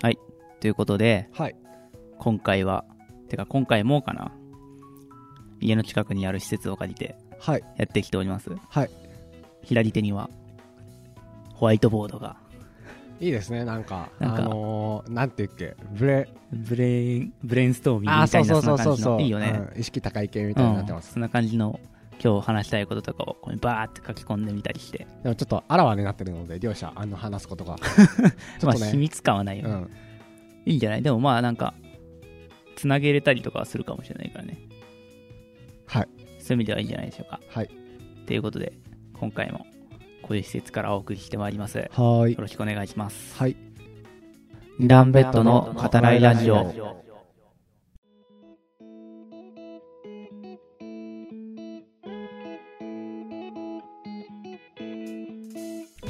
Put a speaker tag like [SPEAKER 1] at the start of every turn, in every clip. [SPEAKER 1] はい。ということで、
[SPEAKER 2] はい。
[SPEAKER 1] 今回は、てか今回もかな。家の近くにある施設を借りて
[SPEAKER 2] はい。
[SPEAKER 1] やってきております。
[SPEAKER 2] はい。
[SPEAKER 1] 左手には、ホワイトボードが、
[SPEAKER 2] いいですね、なんか。
[SPEAKER 1] なんか
[SPEAKER 2] あのー、なんていうっけ、ブレ、
[SPEAKER 1] ブレイン、ブレインストーミング
[SPEAKER 2] あー、
[SPEAKER 1] みた
[SPEAKER 2] そ
[SPEAKER 1] いうな
[SPEAKER 2] そうそ
[SPEAKER 1] んな感
[SPEAKER 2] うそう
[SPEAKER 1] じ
[SPEAKER 2] そ
[SPEAKER 1] の
[SPEAKER 2] う。
[SPEAKER 1] いいよね。
[SPEAKER 2] うん意識高い系みたいになってま
[SPEAKER 1] う
[SPEAKER 2] す。
[SPEAKER 1] んそんな感じの今日話したいこととかをここにバーって書き込んでみたりして、
[SPEAKER 2] でもちょっとあらわになってるので、両者、あの、話すことが。ちょ
[SPEAKER 1] ま
[SPEAKER 2] っ
[SPEAKER 1] あ
[SPEAKER 2] と
[SPEAKER 1] 秘
[SPEAKER 2] ね。
[SPEAKER 1] 密感はないよ
[SPEAKER 2] う
[SPEAKER 1] ね、
[SPEAKER 2] ん。
[SPEAKER 1] いいんじゃないでもまあなんかつなげれたりとかはするかもしれないからね
[SPEAKER 2] はい
[SPEAKER 1] そういう意味ではいいんじゃないでしょうか
[SPEAKER 2] はい。
[SPEAKER 1] ということで今回もこういう施設からお送りしてまいりますよ
[SPEAKER 2] はーい。
[SPEAKER 1] ろしくお願いします
[SPEAKER 2] はい。
[SPEAKER 1] 二段ベ
[SPEAKER 3] ッドの語ら
[SPEAKER 2] いラジオ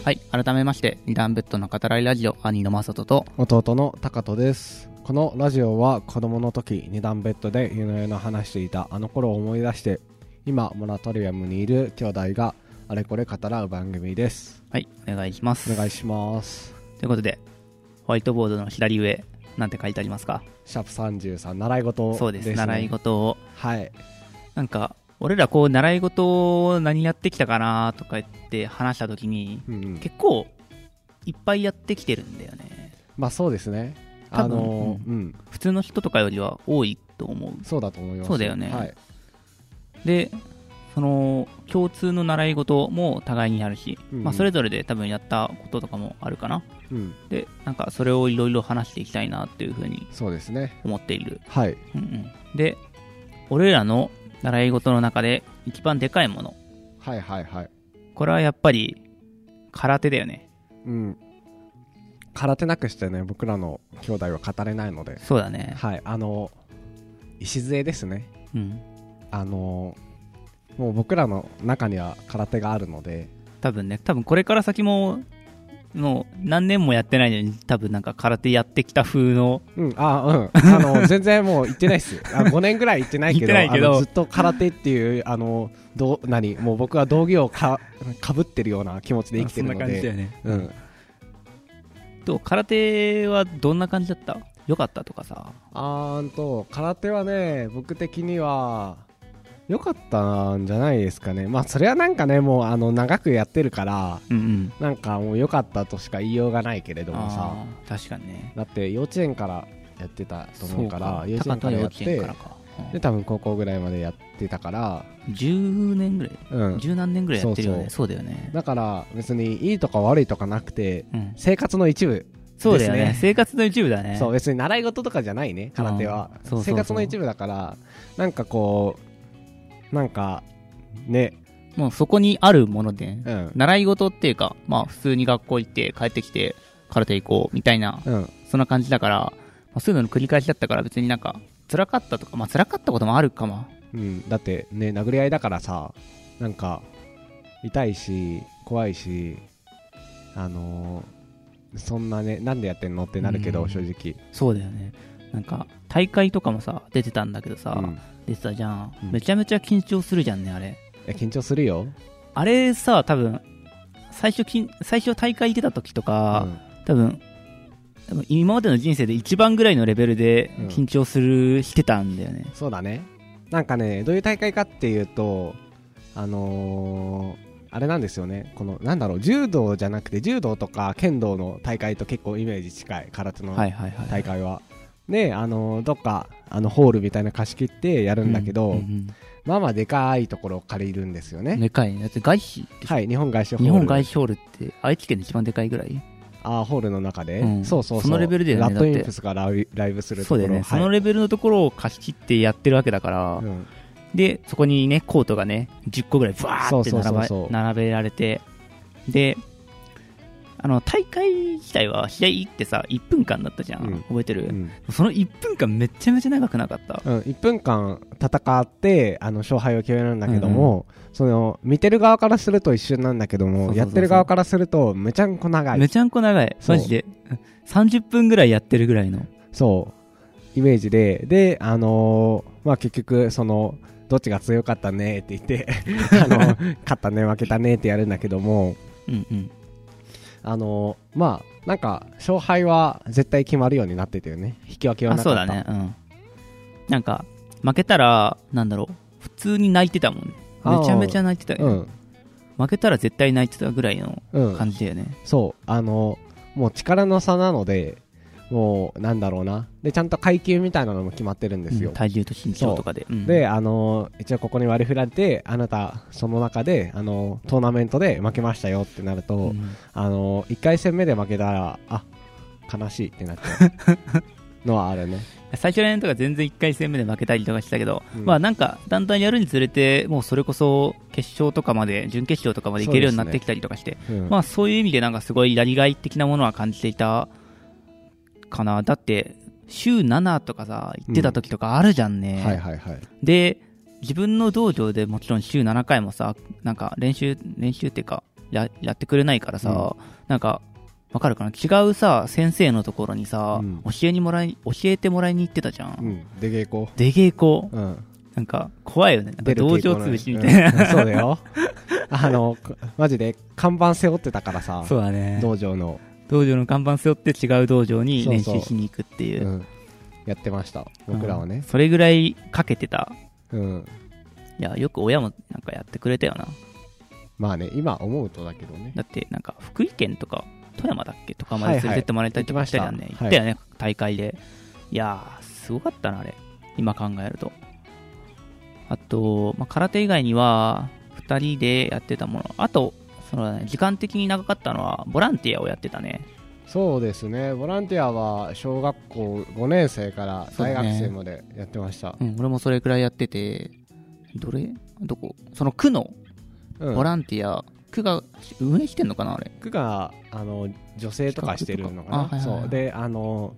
[SPEAKER 1] はい改めまして二段ベッドの語らいラジオ兄の正人と
[SPEAKER 2] 弟のタカトですこのラジオは子供の時二段ベッドで湯の湯の話していたあの頃を思い出して今モラトリアムにいる兄弟があれこれ語らう番組です
[SPEAKER 1] はいお願いします
[SPEAKER 2] お願いします
[SPEAKER 1] ということでホワイトボードの左上なんて書いてありますか
[SPEAKER 2] シャープ33習い事です、ね、
[SPEAKER 1] そうです習い事を
[SPEAKER 2] はい
[SPEAKER 1] なんか俺らこう習い事を何やってきたかなとか言って話した時に
[SPEAKER 2] うんうん
[SPEAKER 1] 結構いっぱいやってきてるんだよね
[SPEAKER 2] まあそうですね
[SPEAKER 1] 多
[SPEAKER 2] あ
[SPEAKER 1] 分
[SPEAKER 2] のーうん、
[SPEAKER 1] 普通の人とかよりは多いと思う
[SPEAKER 2] そうだと思います
[SPEAKER 1] そうだよね
[SPEAKER 2] はい、
[SPEAKER 1] でその共通の習い事も互いにあるし、
[SPEAKER 2] うんうん
[SPEAKER 1] まあ、それぞれで多分やったこととかもあるかな
[SPEAKER 2] うん、
[SPEAKER 1] でなんかそれをいろいろ話していきたいなっていうふうに
[SPEAKER 2] そうですね
[SPEAKER 1] 思っている、
[SPEAKER 2] はい
[SPEAKER 1] うんうん、で俺らの習い事の中で一番でかいもの
[SPEAKER 2] はいはいはい
[SPEAKER 1] これはやっぱり空手だよね
[SPEAKER 2] うん空手なくしてね僕らの兄弟は語れないので
[SPEAKER 1] そうだね、
[SPEAKER 2] はいあの礎ですね
[SPEAKER 1] うん、
[SPEAKER 2] あのもう僕らの中には空手があるので
[SPEAKER 1] 多分ね多分これから先ももう何年もやってないのに多分なんか空手やってきた風の
[SPEAKER 2] うんあうんあ の全然もう行ってないっすあ5年ぐらい行ってないけど
[SPEAKER 1] 行ってないけど
[SPEAKER 2] あのずっと空手っていうあのどう何もう僕は道着をかかぶってるような気持ちで生きてるので
[SPEAKER 1] ね
[SPEAKER 2] うん、
[SPEAKER 1] と空手はどんな感じだったよかったとかさ
[SPEAKER 2] あーんと空手はね僕的には良かったんじゃないですかねまあそれはなんかねもうあの長くやってるから
[SPEAKER 1] うんうん
[SPEAKER 2] なんかもう良かったとしか言いようがないけれどもさ
[SPEAKER 1] あー確かにね
[SPEAKER 2] だって幼稚園からやってたと思うから幼稚
[SPEAKER 1] 高田
[SPEAKER 2] 園から
[SPEAKER 1] 幼
[SPEAKER 2] やっ
[SPEAKER 1] 稚
[SPEAKER 2] て
[SPEAKER 1] 園からか、う
[SPEAKER 2] で多分高校ぐらいまでやってたから
[SPEAKER 1] ん、10年ぐらい
[SPEAKER 2] うん
[SPEAKER 1] 十何年ぐらいやってるよねそうだよね
[SPEAKER 2] だから別にいいとか悪いとかなくて
[SPEAKER 1] うん、
[SPEAKER 2] 生活の一部、
[SPEAKER 1] そうだよね
[SPEAKER 2] ですね
[SPEAKER 1] 生活の一部だね
[SPEAKER 2] そう別に習い事とかじゃないね空手は
[SPEAKER 1] うんそうそうそう
[SPEAKER 2] 生活の一部だからなんかこうなんかね
[SPEAKER 1] もうそこにあるもので、
[SPEAKER 2] うん
[SPEAKER 1] 習い事っていうかまあ普通に学校行って帰ってきて空手行こうみたいな
[SPEAKER 2] うん
[SPEAKER 1] そんな感じだから、まあ、そういうのの繰り返しだったから別になんか辛かったとかまあ辛かったこともあるかも
[SPEAKER 2] うん、だってね殴り合いだからさなんか痛いし怖いしあのーそんなねなんでやってんのってなるけど、
[SPEAKER 1] うん
[SPEAKER 2] 正直
[SPEAKER 1] そうだよねなんか大会とかもさ出てたんだけどさ、
[SPEAKER 2] うん
[SPEAKER 1] 出てたじゃん、
[SPEAKER 2] うん
[SPEAKER 1] めちゃめちゃ緊張するじゃんねあれ
[SPEAKER 2] いや緊張するよ
[SPEAKER 1] あれさ多分最初きん最初大会出た時とか、多分多分今までの人生で一番ぐらいのレベルで
[SPEAKER 2] うん
[SPEAKER 1] 緊張する、してたんだよね
[SPEAKER 2] そうだねなんかねどういう大会かっていうとあのーあれなんですよねこのなんだろう柔道じゃなくて柔道とか剣道の大会と結構イメージ近い空手の
[SPEAKER 1] はいはいはい
[SPEAKER 2] 大会は、であのーどっかあのホールみたいな貸し切ってやるんだけど、
[SPEAKER 1] うんうん
[SPEAKER 2] まあまあでかいところを借りるんですよ
[SPEAKER 1] う
[SPEAKER 2] ね
[SPEAKER 1] んでかいねだって外資って
[SPEAKER 2] はい日本外資ホー
[SPEAKER 1] 日
[SPEAKER 2] ル
[SPEAKER 1] 本外資ホールって愛知県で一番でかいぐらい
[SPEAKER 2] あーホールの中で、
[SPEAKER 1] うん
[SPEAKER 2] そうそう
[SPEAKER 1] そ
[SPEAKER 2] そう
[SPEAKER 1] のレベルだよね
[SPEAKER 2] ラットイ
[SPEAKER 1] だっ
[SPEAKER 2] ン
[SPEAKER 1] て
[SPEAKER 2] プスがライライブするとこ
[SPEAKER 1] そう
[SPEAKER 2] ろ
[SPEAKER 1] だよね、その
[SPEAKER 2] レ
[SPEAKER 1] レベルのところを貸し切ってやってるわけだから、
[SPEAKER 2] うん、
[SPEAKER 1] でそこにねコートがね10個ぐらいバーって
[SPEAKER 2] そうそう
[SPEAKER 1] 並
[SPEAKER 2] そう
[SPEAKER 1] ば
[SPEAKER 2] そう
[SPEAKER 1] 並べられてであの大会自体は試合ってさ1分間だったじゃん、
[SPEAKER 2] うん
[SPEAKER 1] 覚えてる、
[SPEAKER 2] うん
[SPEAKER 1] その1分間めっちゃめちゃ長くなかった
[SPEAKER 2] うん、1分間戦ってあの勝敗を決めるんだけども、その見てる側からすると一瞬なんだけども
[SPEAKER 1] そうそうそうそう
[SPEAKER 2] やってる側からするとめちゃんこ長
[SPEAKER 1] め
[SPEAKER 2] い
[SPEAKER 1] ちゃんこ長い
[SPEAKER 2] そう
[SPEAKER 1] マジでうん30分ぐらいやってるぐらいの
[SPEAKER 2] そうイメージでであのーまあ結局そのどっちが強かった ねって言ってあの勝ったね負けたねってやるんだけども
[SPEAKER 1] うんうん
[SPEAKER 2] あのまあなんか勝敗は絶対決まるようになってたよね引き分けは
[SPEAKER 1] あ
[SPEAKER 2] な
[SPEAKER 1] そ
[SPEAKER 2] か
[SPEAKER 1] う
[SPEAKER 2] っ
[SPEAKER 1] だ
[SPEAKER 2] た
[SPEAKER 1] ねうんなんか負けたらなんだろう普通に泣いてたもんね
[SPEAKER 2] あー
[SPEAKER 1] めちゃめちゃ泣いてたよね、
[SPEAKER 2] うん
[SPEAKER 1] 負けたら絶対泣いてたぐらいの
[SPEAKER 2] うん
[SPEAKER 1] 感じだよね、
[SPEAKER 2] そうあのもう力の差なのでもうなんだろうなでちゃんと階級みたいなのも決まってるんですよ、
[SPEAKER 1] うん体重と身長とかで、うん
[SPEAKER 2] であの一応ここに割り振られてあなたその中であのトーナメントで負けましたよってなると、
[SPEAKER 1] うん
[SPEAKER 2] あの1回戦目で負けたらあ悲しいってなっちゃ うのはあるね
[SPEAKER 1] 最初の辺とか全然1回戦目で負けたりとかしてたけど、
[SPEAKER 2] うん
[SPEAKER 1] まあなんかだんだんやるにつれてもうそれこそ決勝とかまで準決勝とかまでいけるようになってきたりとかして
[SPEAKER 2] うん
[SPEAKER 1] まあそういう意味でなんかすごいやりがい的なものは感じていたかなだって週7とかさ行ってた時とかあるじゃんね、
[SPEAKER 2] はいはいはい
[SPEAKER 1] で自分の道場でもちろん週7回もさなんか練習練習っていうかややってくれないからさ、なんかわかるかな違うさ先生のところにさ、
[SPEAKER 2] うん
[SPEAKER 1] 教えにもらい教えてもらいに行ってたじゃん、
[SPEAKER 2] うんで稽古
[SPEAKER 1] 出稽古
[SPEAKER 2] うん
[SPEAKER 1] なんか怖いよねなんか道場潰しみた い
[SPEAKER 2] な、
[SPEAKER 1] な、
[SPEAKER 2] うんそうだよあのマジで看板背負ってたからさ
[SPEAKER 1] そうだね
[SPEAKER 2] 道場の、
[SPEAKER 1] 道場の看板背負って違う道場に練
[SPEAKER 2] そうそ
[SPEAKER 1] 習
[SPEAKER 2] う、
[SPEAKER 1] しに行くっていううん
[SPEAKER 2] やってました僕らは
[SPEAKER 1] うん
[SPEAKER 2] ね
[SPEAKER 1] それぐらいかけてた
[SPEAKER 2] うん
[SPEAKER 1] いやよく親もなんかやってくれたよな
[SPEAKER 2] まあね今思うとだけどね
[SPEAKER 1] だってなんか福井県とか富山だっけとかまで連れてってもらえたりと
[SPEAKER 2] は
[SPEAKER 1] か
[SPEAKER 2] いはい
[SPEAKER 1] したよね、
[SPEAKER 2] 行
[SPEAKER 1] 行
[SPEAKER 2] っ
[SPEAKER 1] って
[SPEAKER 2] ました
[SPEAKER 1] たよね、大会でいやーすごかったなあれ今考えるとあと、まあ、空手以外には2人でやってたものあとその、ね、時間的に長かったのはボランティアをやってたね
[SPEAKER 2] そうですねボランティアは小学校5年生から
[SPEAKER 1] そう
[SPEAKER 2] 大
[SPEAKER 1] だね
[SPEAKER 2] 学生までやってました
[SPEAKER 1] うん俺もそれくらいやっててどれどこその区の
[SPEAKER 2] うん
[SPEAKER 1] ボランティア、区が運営してんのかなあれ
[SPEAKER 2] 僕があの女性とかしてるのか
[SPEAKER 1] 企画とかあ
[SPEAKER 2] な
[SPEAKER 1] はいはいはい
[SPEAKER 2] そうであの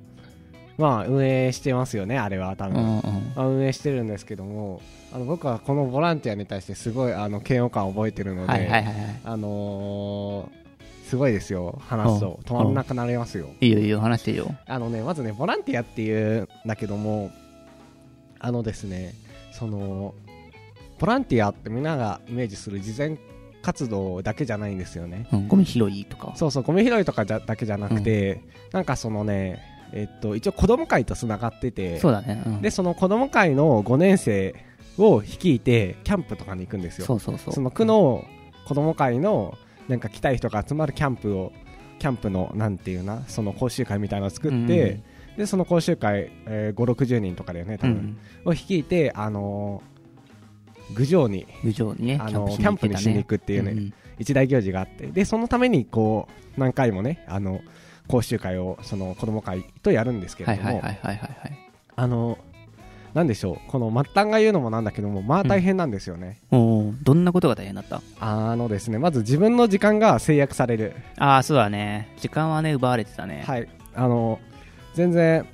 [SPEAKER 2] まあ運営してますよねあれは多
[SPEAKER 1] う
[SPEAKER 2] 分、
[SPEAKER 1] んうん
[SPEAKER 2] まあ運営してるんですけどもあの僕はこのボランティアに対してすごいあの嫌悪感を覚えてるので、
[SPEAKER 1] はいはいはいはい
[SPEAKER 2] あのーすごいですよ話すと
[SPEAKER 1] うん
[SPEAKER 2] 止まらなくなりますよ
[SPEAKER 1] いいよいいよ話していいよ
[SPEAKER 2] あのねまずねボランティアっていうんだけどもあのですねそのボランティアってみんながイメージする慈善活動だけじゃないんですよね
[SPEAKER 1] うんゴミ拾いとか
[SPEAKER 2] そうそうゴミ拾いとかじゃだけじゃなくて、なんかそのねえっと一応子供会とつながってて
[SPEAKER 1] そうだね、うん
[SPEAKER 2] でその子供会の5年生を率いてキャンプとかに行くんですよ
[SPEAKER 1] そうそうそう
[SPEAKER 2] その区の子供会のなんか来たい人が集まるキャンプをキャンプのなんていうなその講習会みたいなのを作って、
[SPEAKER 1] うん
[SPEAKER 2] でその講習会、えー、560人とかだよね多
[SPEAKER 1] う
[SPEAKER 2] 分、
[SPEAKER 1] ん
[SPEAKER 2] を率いてあのー郡上に
[SPEAKER 1] 郡上にね
[SPEAKER 2] あのーキャンプにしに行
[SPEAKER 1] くっ
[SPEAKER 2] くっていうね、
[SPEAKER 1] ん
[SPEAKER 2] 一大行事があってでそのためにこう何回もねあの講習会をその子供会とやるんですけ
[SPEAKER 1] は
[SPEAKER 2] れ
[SPEAKER 1] い
[SPEAKER 2] ど
[SPEAKER 1] は
[SPEAKER 2] も、
[SPEAKER 1] いはいはいはいはい
[SPEAKER 2] あのなんでしょうこの末端が言うのもなんだけどもまあ大変なんですよね、
[SPEAKER 1] おーどんなことが大変だった
[SPEAKER 2] あのですねまず自分の時間が制約される
[SPEAKER 1] ああそうだね時間はね奪われてたね
[SPEAKER 2] はい、あの全然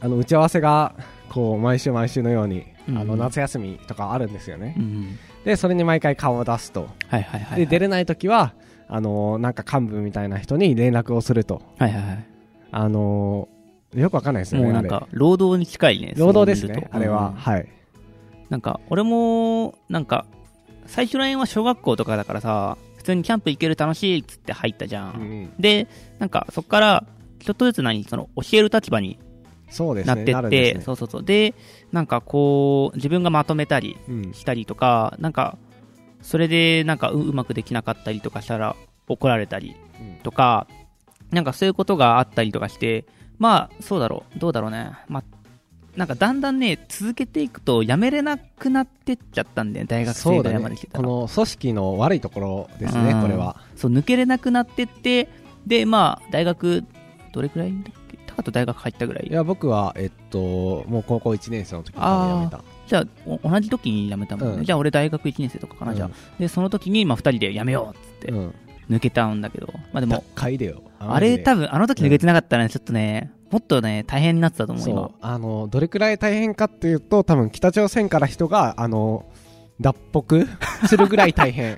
[SPEAKER 2] あの打ち合わせがこう毎週毎週のように、
[SPEAKER 1] うん
[SPEAKER 2] あの夏休みとかあるんですよね、
[SPEAKER 1] うん
[SPEAKER 2] でそれに毎回顔を出すと、
[SPEAKER 1] はいはいはい
[SPEAKER 2] で出れない時はあのなんか幹部みたいな人に連絡をすると
[SPEAKER 1] はいはいはい
[SPEAKER 2] あのよくわかんないですよね
[SPEAKER 1] もうなんか労働に近いね
[SPEAKER 2] あれ労働です
[SPEAKER 1] そう見
[SPEAKER 2] ね
[SPEAKER 1] ると
[SPEAKER 2] あれは、
[SPEAKER 1] うん
[SPEAKER 2] はい
[SPEAKER 1] なんか俺もなんか最初の辺は小学校とかだからさ普通にキャンプ行ける楽しいっつって入ったじゃん、でなんかそっからちょっとずつ何その教える立場に
[SPEAKER 2] そうです
[SPEAKER 1] な
[SPEAKER 2] ね
[SPEAKER 1] って
[SPEAKER 2] る
[SPEAKER 1] って、
[SPEAKER 2] んですね
[SPEAKER 1] そうそうそうでなんかこう自分がまとめたり
[SPEAKER 2] うん
[SPEAKER 1] したりとかなんかそれでなんかううまくできなかったりとかしたら怒られたり
[SPEAKER 2] うん
[SPEAKER 1] とかなんかそういうことがあったりとかしてまあそうだろうどうだろうねまあなんかだんだんね続けていくとやめれなくなってっちゃったんだよ大学
[SPEAKER 2] そ
[SPEAKER 1] 生
[SPEAKER 2] う
[SPEAKER 1] ぐ
[SPEAKER 2] だ
[SPEAKER 1] らいまで来
[SPEAKER 2] ね
[SPEAKER 1] てた
[SPEAKER 2] こ
[SPEAKER 1] ら
[SPEAKER 2] の組織の悪いところですね
[SPEAKER 1] うん
[SPEAKER 2] これは
[SPEAKER 1] そう抜けれなくなってってでまあ大学どれくらいだっけ高と大学入ったぐらい
[SPEAKER 2] いや僕はえっともう高校1年生の時に
[SPEAKER 1] あー
[SPEAKER 2] 辞めた
[SPEAKER 1] じゃあお同じ時に辞めたもんね、
[SPEAKER 2] うん
[SPEAKER 1] じゃあ俺大学1年生とかかな、じゃあでその時にまあ2人で辞めようっつって
[SPEAKER 2] うん、うん、
[SPEAKER 1] 抜けたんだけどまあでも
[SPEAKER 2] 高いでよ
[SPEAKER 1] あれ多
[SPEAKER 2] 分
[SPEAKER 1] 分あの時抜けてなかったらねちょっとねもっとね大変になってたと思う
[SPEAKER 2] そ
[SPEAKER 1] 今
[SPEAKER 2] うあのどれくらい大変かっていうと多分北朝鮮から人があの脱 北するぐらい大変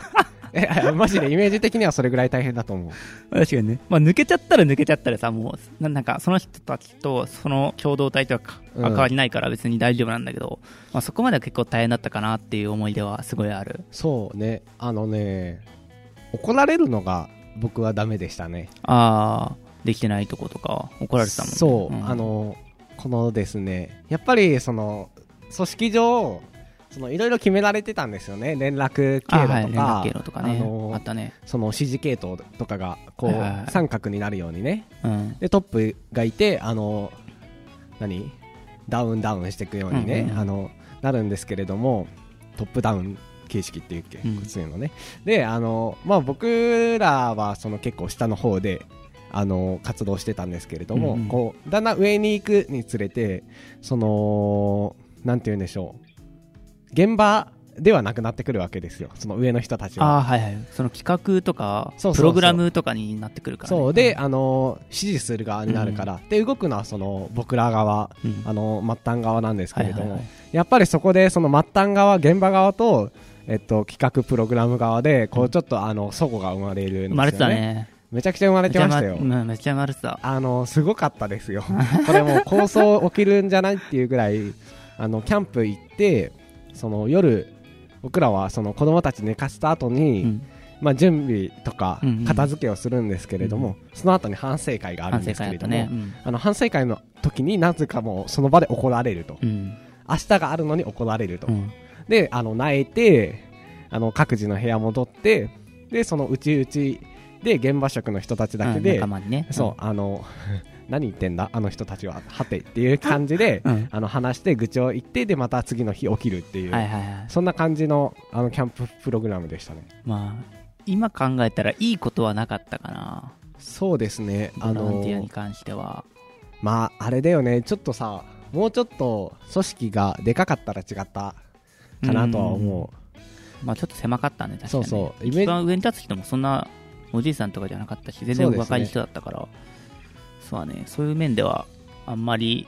[SPEAKER 2] えあマジでイメージ的にはそれぐらい大変だと思う
[SPEAKER 1] 確かにねまあ抜けちゃったら抜けちゃったらさもうななんかその人たちとその共同体とはか
[SPEAKER 2] うん
[SPEAKER 1] 関わりないから別に大丈夫なんだけど、まあ、そこまでは結構大変だったかなっていう思い出はすごいある
[SPEAKER 2] そうねあのね怒られるのが僕はダメでしたね
[SPEAKER 1] ああできてないとことか怒られてたもんね
[SPEAKER 2] そう、
[SPEAKER 1] ん
[SPEAKER 2] あのこのですねやっぱりその組織上そのいろいろ決められてたんですよね連絡経路と
[SPEAKER 1] あ
[SPEAKER 2] か
[SPEAKER 1] ーはい連絡経路とかねあ
[SPEAKER 2] あの
[SPEAKER 1] ったね
[SPEAKER 2] その指示系統とかがこ
[SPEAKER 1] はいはいは
[SPEAKER 2] う
[SPEAKER 1] い
[SPEAKER 2] 三角になるようにね
[SPEAKER 1] うん
[SPEAKER 2] でトップがいてあの何ダウンダウンしていくようにね、
[SPEAKER 1] うんうんうん
[SPEAKER 2] あのなるんですけれどもトップダウン形式っていうっけ、
[SPEAKER 1] うん
[SPEAKER 2] 普通のねであの、まあ、僕らはその結構下の方であの活動してたんですけれども、
[SPEAKER 1] うんうん
[SPEAKER 2] こうだんだん上に行くにつれてそのなんて言うんでしょう現場ではなくなってくるわけですよその上の人たちは
[SPEAKER 1] ああーはいはいその企画とか
[SPEAKER 2] そう
[SPEAKER 1] プ
[SPEAKER 2] そうそう
[SPEAKER 1] ログラムとかになってくるからね、
[SPEAKER 2] そうで、あの指示する側になるから、で動くのはその僕ら側
[SPEAKER 1] うん
[SPEAKER 2] あの末端側なんですけれども、
[SPEAKER 1] はいはいはい
[SPEAKER 2] やっぱりそこでその末端側現場側と、えっと、企画プログラム側でこ
[SPEAKER 1] う
[SPEAKER 2] うんちょっとあの齟齬が生まれるんですよ、ね、
[SPEAKER 1] 生まれてたね
[SPEAKER 2] めちゃくちゃ生まれてましたよ
[SPEAKER 1] めちゃまうんめっちゃ生まれてた
[SPEAKER 2] あのすごかったですよ これもう構想起きるんじゃないっていうぐらいあのキャンプ行ってその夜僕らはその子供たち寝かせた後に、
[SPEAKER 1] うん
[SPEAKER 2] まあ、準備とか
[SPEAKER 1] うんうん
[SPEAKER 2] 片付けをするんですけれども、その後に反省会があるん
[SPEAKER 1] 反省
[SPEAKER 2] です
[SPEAKER 1] 会
[SPEAKER 2] け
[SPEAKER 1] だ
[SPEAKER 2] れ
[SPEAKER 1] っ
[SPEAKER 2] ど
[SPEAKER 1] た
[SPEAKER 2] も、
[SPEAKER 1] ねうん
[SPEAKER 2] あの反省会の時になぜかもうその場で怒られると、
[SPEAKER 1] うん
[SPEAKER 2] 明日があるのに怒られると、
[SPEAKER 1] うん
[SPEAKER 2] であの泣いてあの各自の部屋戻ってでそのうちうちで現場職の人たちだけ
[SPEAKER 1] うん
[SPEAKER 2] で、
[SPEAKER 1] 仲間にね
[SPEAKER 2] そうあの 何言ってんだあの人たちははてっていう感じで、
[SPEAKER 1] うん、うん
[SPEAKER 2] あの話して愚痴を言ってでまた次の日起きるっていう、
[SPEAKER 1] はいはいはい
[SPEAKER 2] そんな感じのあのキャンププログラムでしたね
[SPEAKER 1] まあ今考えたらいいことはなかったかな
[SPEAKER 2] そうですねあ
[SPEAKER 1] ボラン
[SPEAKER 2] の
[SPEAKER 1] ティアに関しては
[SPEAKER 2] まああれだよねちょっとさもうちょっと組織がでかかったら違ったかなとは思う、
[SPEAKER 1] まあちょっと狭かったね確かに
[SPEAKER 2] そうそうイメージ
[SPEAKER 1] 一番上に立つ人もそんなおじいさんとかじゃなかったし全
[SPEAKER 2] そ
[SPEAKER 1] 然
[SPEAKER 2] うですね
[SPEAKER 1] 若い人だったからそうだねそういう面ではあんまり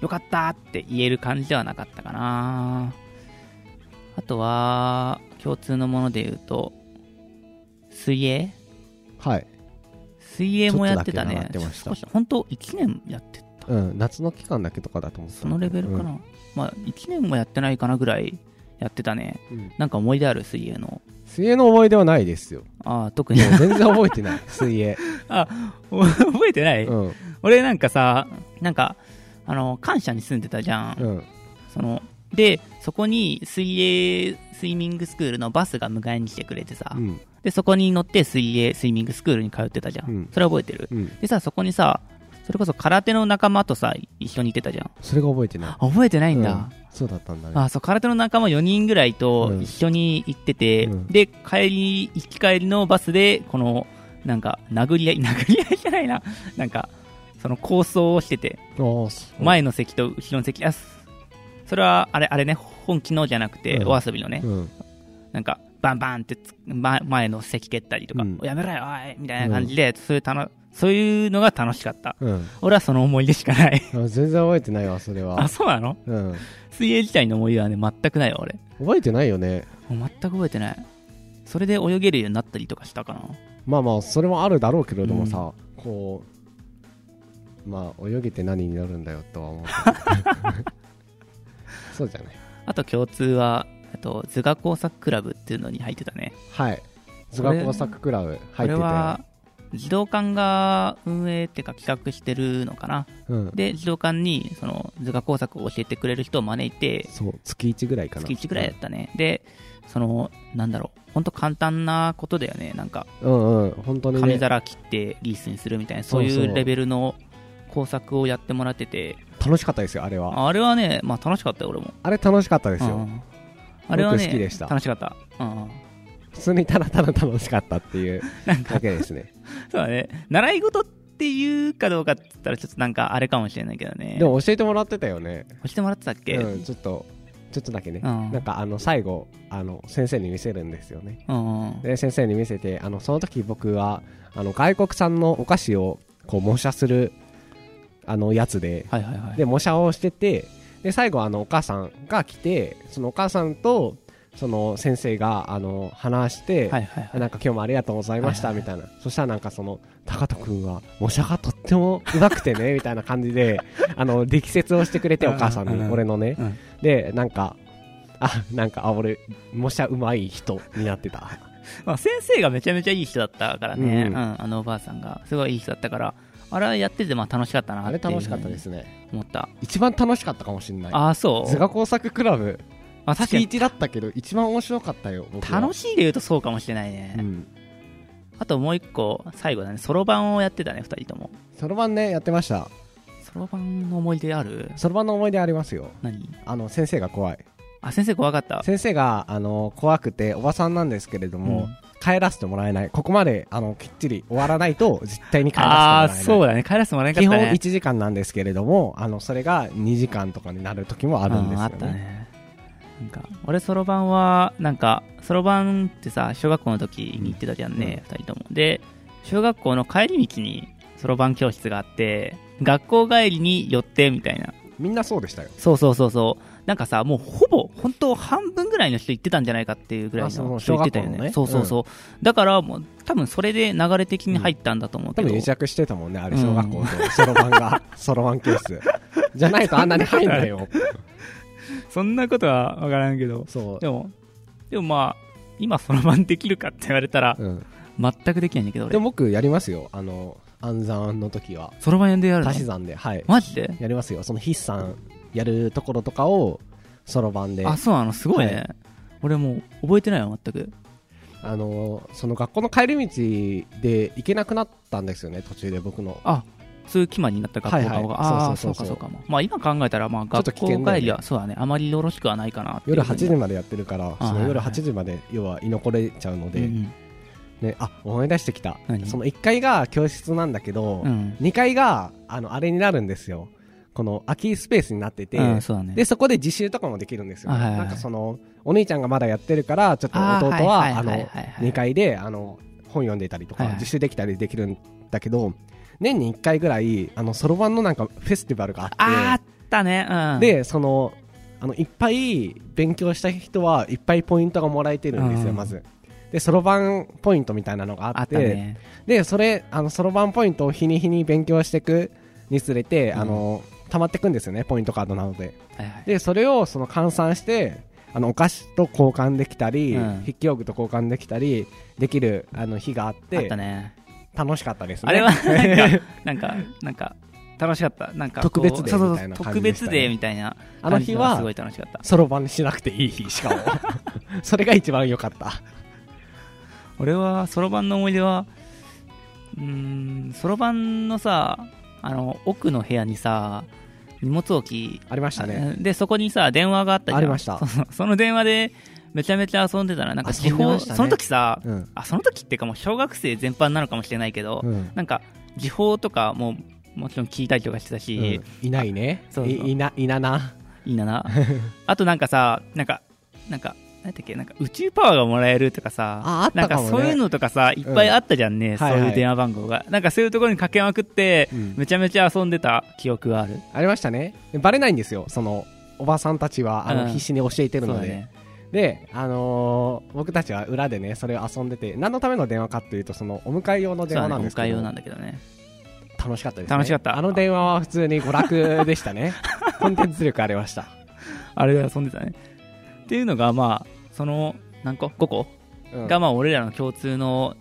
[SPEAKER 1] よかったって言える感じではなかったかなあとは共通のもので言うと水泳
[SPEAKER 2] はい、
[SPEAKER 1] 水泳もやってたね
[SPEAKER 2] ちょっとだけ習ってました
[SPEAKER 1] 少し本当1年やってた
[SPEAKER 2] うん、夏の期間だけとかだと思う
[SPEAKER 1] そのレベルかな、まあ1年もやってないかなぐらいやってたね
[SPEAKER 2] うんうん
[SPEAKER 1] なんか思い出ある水泳の
[SPEAKER 2] 水泳の思い出はないですよ
[SPEAKER 1] ああ特
[SPEAKER 2] もう
[SPEAKER 1] に
[SPEAKER 2] 全然覚え てない水泳、
[SPEAKER 1] 覚えてない、
[SPEAKER 2] うん
[SPEAKER 1] 俺なんかさなんかあの感謝に住んでたじゃん、
[SPEAKER 2] うん、
[SPEAKER 1] そのでそこに水泳スイミングスクールのバスが迎えに来てくれてさ、
[SPEAKER 2] うん
[SPEAKER 1] でそこに乗って水泳スイミングスクールに通ってたじゃん、
[SPEAKER 2] うん
[SPEAKER 1] それ覚えてる
[SPEAKER 2] うん、
[SPEAKER 1] でさそこにさそれこそ空手の仲間とさ一緒に行ってたじゃん
[SPEAKER 2] それが覚えてない
[SPEAKER 1] あ覚えてないんだ、
[SPEAKER 2] うんそうだったんだね
[SPEAKER 1] あそう空手の仲間4人ぐらいと一緒に行ってて、
[SPEAKER 2] うん
[SPEAKER 1] で帰り行き帰りのバスでこのなんか殴り合い 殴り合いじゃないななんかその構想をしてて
[SPEAKER 2] おーそう
[SPEAKER 1] 前の席と後ろの席あすそれはあれあれね本気のじゃなくて、
[SPEAKER 2] うん
[SPEAKER 1] お遊びのね、
[SPEAKER 2] うん
[SPEAKER 1] なんかバンバンってつ前前の席蹴ったりとか、
[SPEAKER 2] うん
[SPEAKER 1] やめろよおいみたいな感じで、そういうたのそういうのが楽しかった
[SPEAKER 2] うん、
[SPEAKER 1] 俺はその思い出しかない
[SPEAKER 2] あ全然覚えてないわそれ
[SPEAKER 1] あ
[SPEAKER 2] は、
[SPEAKER 1] そうなの
[SPEAKER 2] うん、
[SPEAKER 1] 水泳自体の思い出はね全くないわ俺
[SPEAKER 2] 覚えてないよね
[SPEAKER 1] もう全く覚えてないそれで泳げるようになったりとかしたかな
[SPEAKER 2] まあまあそれもあるだろうけれどもさ、こうまあ泳げて何になるんだよとは思う けどそうじゃない
[SPEAKER 1] あと共通はあと図画工作クラブっていうのに入ってたね
[SPEAKER 2] はい図画工作クラブ入
[SPEAKER 1] こ
[SPEAKER 2] って
[SPEAKER 1] れ
[SPEAKER 2] たよ、
[SPEAKER 1] は児童館が運営っていうか企画してるのかな
[SPEAKER 2] うん、
[SPEAKER 1] で児童館にその図画工作を教えてくれる人を招いて
[SPEAKER 2] そう月1ぐらいかな
[SPEAKER 1] 月1ぐらいだったねでそのなんだろうほんと簡単なことだよねなんか
[SPEAKER 2] うんうん本当に、ね、
[SPEAKER 1] 紙皿切ってリースにするみたいなそう
[SPEAKER 2] そう
[SPEAKER 1] い
[SPEAKER 2] そう
[SPEAKER 1] うレベルの工作をやってもらってて
[SPEAKER 2] 楽しかったですよあれはあ
[SPEAKER 1] あれはねまあ楽しかったよ俺も
[SPEAKER 2] れ楽しかったです
[SPEAKER 1] う
[SPEAKER 2] よ
[SPEAKER 1] んあれはね
[SPEAKER 2] 僕好きでした
[SPEAKER 1] 楽しかった、うん、
[SPEAKER 2] 普通にただただ楽しかったっていう
[SPEAKER 1] なん
[SPEAKER 2] だ
[SPEAKER 1] か
[SPEAKER 2] けですね
[SPEAKER 1] そうだ ね習い事っていうかどうかって言ったらちょっとなんかあれかもしれないけどね
[SPEAKER 2] でも教えてもらってたよね、
[SPEAKER 1] 教えてもらってたっけ、
[SPEAKER 2] うん、ちょっとちょっとだけね、
[SPEAKER 1] うん
[SPEAKER 2] なんかあの最後あの先生に見せるんですよね
[SPEAKER 1] うんうん
[SPEAKER 2] で先生に見せてあのその時僕はあの外国産のお菓子をこう模写するあのやつで
[SPEAKER 1] はいはいはい
[SPEAKER 2] で模写をしててで最後あのお母さんが来てそのお母さんとその先生があの話して、
[SPEAKER 1] はいはいは
[SPEAKER 2] なん
[SPEAKER 1] い
[SPEAKER 2] か今日もありがとうございました
[SPEAKER 1] はい
[SPEAKER 2] み
[SPEAKER 1] はい
[SPEAKER 2] たいな、そしたらなんかその高人君は模写がとってもうまくて ねみたいな感じであの力説をしてくれて
[SPEAKER 1] うん
[SPEAKER 2] お母さん
[SPEAKER 1] う
[SPEAKER 2] に
[SPEAKER 1] ん
[SPEAKER 2] 俺のね
[SPEAKER 1] うん
[SPEAKER 2] でなんかあなんかあ俺模写うまい人になってた
[SPEAKER 1] まあ先生がめちゃめちゃいい人だったからね、
[SPEAKER 2] う
[SPEAKER 1] うんんあのおばあさんがすごいいい人だったからあれはやっててまあ楽しかったな
[SPEAKER 2] あ
[SPEAKER 1] っ
[SPEAKER 2] れ
[SPEAKER 1] ていう
[SPEAKER 2] 楽しかったですね
[SPEAKER 1] 思った
[SPEAKER 2] 一番楽しかったかもしれない
[SPEAKER 1] ああそ
[SPEAKER 2] 図
[SPEAKER 1] う
[SPEAKER 2] 画工作クラブ
[SPEAKER 1] あ確か
[SPEAKER 2] 月
[SPEAKER 1] に
[SPEAKER 2] 1だったけど一番面白かったよ僕は
[SPEAKER 1] 楽しいで言うとそうかもしれないね、
[SPEAKER 2] うん
[SPEAKER 1] あともう一個最後だねそろばんをやってたね2人とも
[SPEAKER 2] そろばんねやってました
[SPEAKER 1] そろばんの思い出ある
[SPEAKER 2] そろばんの思い出ありますよ
[SPEAKER 1] 何
[SPEAKER 2] あの先生が怖い
[SPEAKER 1] あ先生怖かった
[SPEAKER 2] 先生があの怖くておばさんなんですけれども、
[SPEAKER 1] うん
[SPEAKER 2] 帰らせてもらえないここまであのきっちり終わらないと絶対に帰らせてもら
[SPEAKER 1] あ
[SPEAKER 2] え
[SPEAKER 1] あ
[SPEAKER 2] ない
[SPEAKER 1] そうだね帰らせてもらえなか
[SPEAKER 2] 基
[SPEAKER 1] った
[SPEAKER 2] 本
[SPEAKER 1] ね
[SPEAKER 2] 1時間なんですけれどもあのそれが2時間とかになる時もあるんですよね
[SPEAKER 1] あったねなんか俺そろばんはなんかそろばんってさ小学校の時に行ってたじゃんね、二2人ともで小学校の帰り道にそろばん教室があって学校帰りに寄ってみたいな
[SPEAKER 2] みんなそうでしたよ
[SPEAKER 1] そうそうそうそうなんかさもうほぼ本当半分ぐらいの人行ってたんじゃないかっていうぐらい
[SPEAKER 2] あそ
[SPEAKER 1] の
[SPEAKER 2] う
[SPEAKER 1] 人行ってたよね
[SPEAKER 2] 小
[SPEAKER 1] そ
[SPEAKER 2] 学
[SPEAKER 1] うそう
[SPEAKER 2] 校のね
[SPEAKER 1] そう、だからもう多分それで流れ的に入ったんだと思う
[SPEAKER 2] 多
[SPEAKER 1] けど、
[SPEAKER 2] 分癒着してたもんねあれ
[SPEAKER 1] うん
[SPEAKER 2] 小学校とそろば んがそろばん教室じゃないとあんなに入んないよ
[SPEAKER 1] そんなことは分からんけど
[SPEAKER 2] そ
[SPEAKER 1] でもでもまあ今そろばんできるかって言われたら
[SPEAKER 2] う、うん、
[SPEAKER 1] 全くできないんだけど俺
[SPEAKER 2] でも僕やりますよあの暗算の時は
[SPEAKER 1] そろばんでやるの
[SPEAKER 2] 足し算ではい
[SPEAKER 1] マジで
[SPEAKER 2] やりますよその筆算やるところとかをそろばんで
[SPEAKER 1] あそうなのすごいね、
[SPEAKER 2] は
[SPEAKER 1] 俺もう覚えてないよ全く
[SPEAKER 2] あのその学校の帰り道で行けなくなったんですよね途中で僕の
[SPEAKER 1] あそういう決まりになった学校
[SPEAKER 2] はい
[SPEAKER 1] が、
[SPEAKER 2] はい
[SPEAKER 1] ああ
[SPEAKER 2] そ
[SPEAKER 1] そうう
[SPEAKER 2] そうそうそう
[SPEAKER 1] かそうかもまあ今考えたらまあ
[SPEAKER 2] ちょっと
[SPEAKER 1] 学
[SPEAKER 2] 危険
[SPEAKER 1] 校
[SPEAKER 2] だよね
[SPEAKER 1] 帰りはそうだねあまりよろしくはないかなっていう
[SPEAKER 2] 夜8時までやってるから
[SPEAKER 1] あ
[SPEAKER 2] その夜
[SPEAKER 1] はいはい
[SPEAKER 2] 8時まで要は居残れちゃうので、
[SPEAKER 1] うん
[SPEAKER 2] ね、あ思い出してきた
[SPEAKER 1] 何
[SPEAKER 2] その1階が教室なんだけど、
[SPEAKER 1] うん、うん
[SPEAKER 2] 2階があのあれになるんですよこの空きスペースになってて、
[SPEAKER 1] うんそうだね
[SPEAKER 2] でそこで自習とかもできるんですよ、
[SPEAKER 1] はいはいはい
[SPEAKER 2] なんかそのお兄ちゃんがまだやってるからちょっと
[SPEAKER 1] あー
[SPEAKER 2] 弟は
[SPEAKER 1] はいはい
[SPEAKER 2] あ
[SPEAKER 1] はい
[SPEAKER 2] の
[SPEAKER 1] はいはい
[SPEAKER 2] 2階であの本読んでたりとか、
[SPEAKER 1] はいはい
[SPEAKER 2] 自習できたりできるんだけど年に1回ぐらいあのそろばんのなんかフェスティバルがあって
[SPEAKER 1] あったねうん
[SPEAKER 2] でそのあのいっぱい勉強した人はいっぱいポイントがもらえてるんですよ、
[SPEAKER 1] うん
[SPEAKER 2] まずでそろばんポイントみたいなのが
[SPEAKER 1] あ
[SPEAKER 2] あっ
[SPEAKER 1] ってたね
[SPEAKER 2] でそれあのそろばんポイントを日に日に勉強していくにつれて、
[SPEAKER 1] うん
[SPEAKER 2] あの溜まっていくんですよねポイントカードなので
[SPEAKER 1] はいはい
[SPEAKER 2] でそれをその換算してあのお菓子と交換できたり、
[SPEAKER 1] うん
[SPEAKER 2] 筆記用具と交換できたりできるあの日があって
[SPEAKER 1] あったね
[SPEAKER 2] 楽しかったですね
[SPEAKER 1] あれは なんかなんかなんか楽しかったなんかこう
[SPEAKER 2] 特別デーみたい
[SPEAKER 1] そ
[SPEAKER 2] な
[SPEAKER 1] うそうそう特
[SPEAKER 2] 感じでしたね
[SPEAKER 1] 別デーみたいな
[SPEAKER 2] あの日は
[SPEAKER 1] 感じがすごい楽しかった
[SPEAKER 2] そろばんしなくていい日し かもそれが一番良かった
[SPEAKER 1] 俺はそろばんの思い出はうーんそろばんのさあの奥の部屋にさ荷物置き
[SPEAKER 2] ありましたね
[SPEAKER 1] でそこにさ電話があったじゃん
[SPEAKER 2] ありました
[SPEAKER 1] そうそうその電話でめちゃめちゃ遊んでたらなんか地
[SPEAKER 2] 遊んで
[SPEAKER 1] 方、
[SPEAKER 2] ましたね
[SPEAKER 1] その時さ、
[SPEAKER 2] うん
[SPEAKER 1] あその時っていうかもう小学生全般なのかもしれないけど、
[SPEAKER 2] うん
[SPEAKER 1] なんか時報とかももちろん聞いたりとかしてたし、
[SPEAKER 2] うんいないね
[SPEAKER 1] そうそう
[SPEAKER 2] いいないなない
[SPEAKER 1] いな なあとなんかさなんかなんか何だっけなんか宇宙パワーがもらえるとかさ
[SPEAKER 2] ああったかもね
[SPEAKER 1] なんかそういうのとかさいっぱいあったじゃんね、
[SPEAKER 2] ん
[SPEAKER 1] そう
[SPEAKER 2] はい
[SPEAKER 1] い
[SPEAKER 2] は
[SPEAKER 1] う
[SPEAKER 2] い
[SPEAKER 1] 電話番号が、なんかそういうところにかけまくって、
[SPEAKER 2] うん
[SPEAKER 1] めちゃめちゃ遊んでた記憶がある
[SPEAKER 2] ありましたねでバレないんですよそのおばさんたちはあ
[SPEAKER 1] う
[SPEAKER 2] の
[SPEAKER 1] ん
[SPEAKER 2] 必死に教えてる
[SPEAKER 1] そう
[SPEAKER 2] の
[SPEAKER 1] だ
[SPEAKER 2] で、
[SPEAKER 1] ね
[SPEAKER 2] で、あのー僕たちは裏でねそれを遊んでて何のための電話かっていうとそのお迎え用の
[SPEAKER 1] そう
[SPEAKER 2] 電
[SPEAKER 1] だ
[SPEAKER 2] 話
[SPEAKER 1] ね
[SPEAKER 2] なん
[SPEAKER 1] お
[SPEAKER 2] ですけ
[SPEAKER 1] 迎え
[SPEAKER 2] ど
[SPEAKER 1] 用なんだけどね
[SPEAKER 2] 楽しかったですね
[SPEAKER 1] 楽しかった
[SPEAKER 2] あの電話は普通に娯楽でした ねコンテンツ力ありました
[SPEAKER 1] あれで遊んでたねっていうのがまあその何個5個
[SPEAKER 2] うん
[SPEAKER 1] がまあ俺らの共通の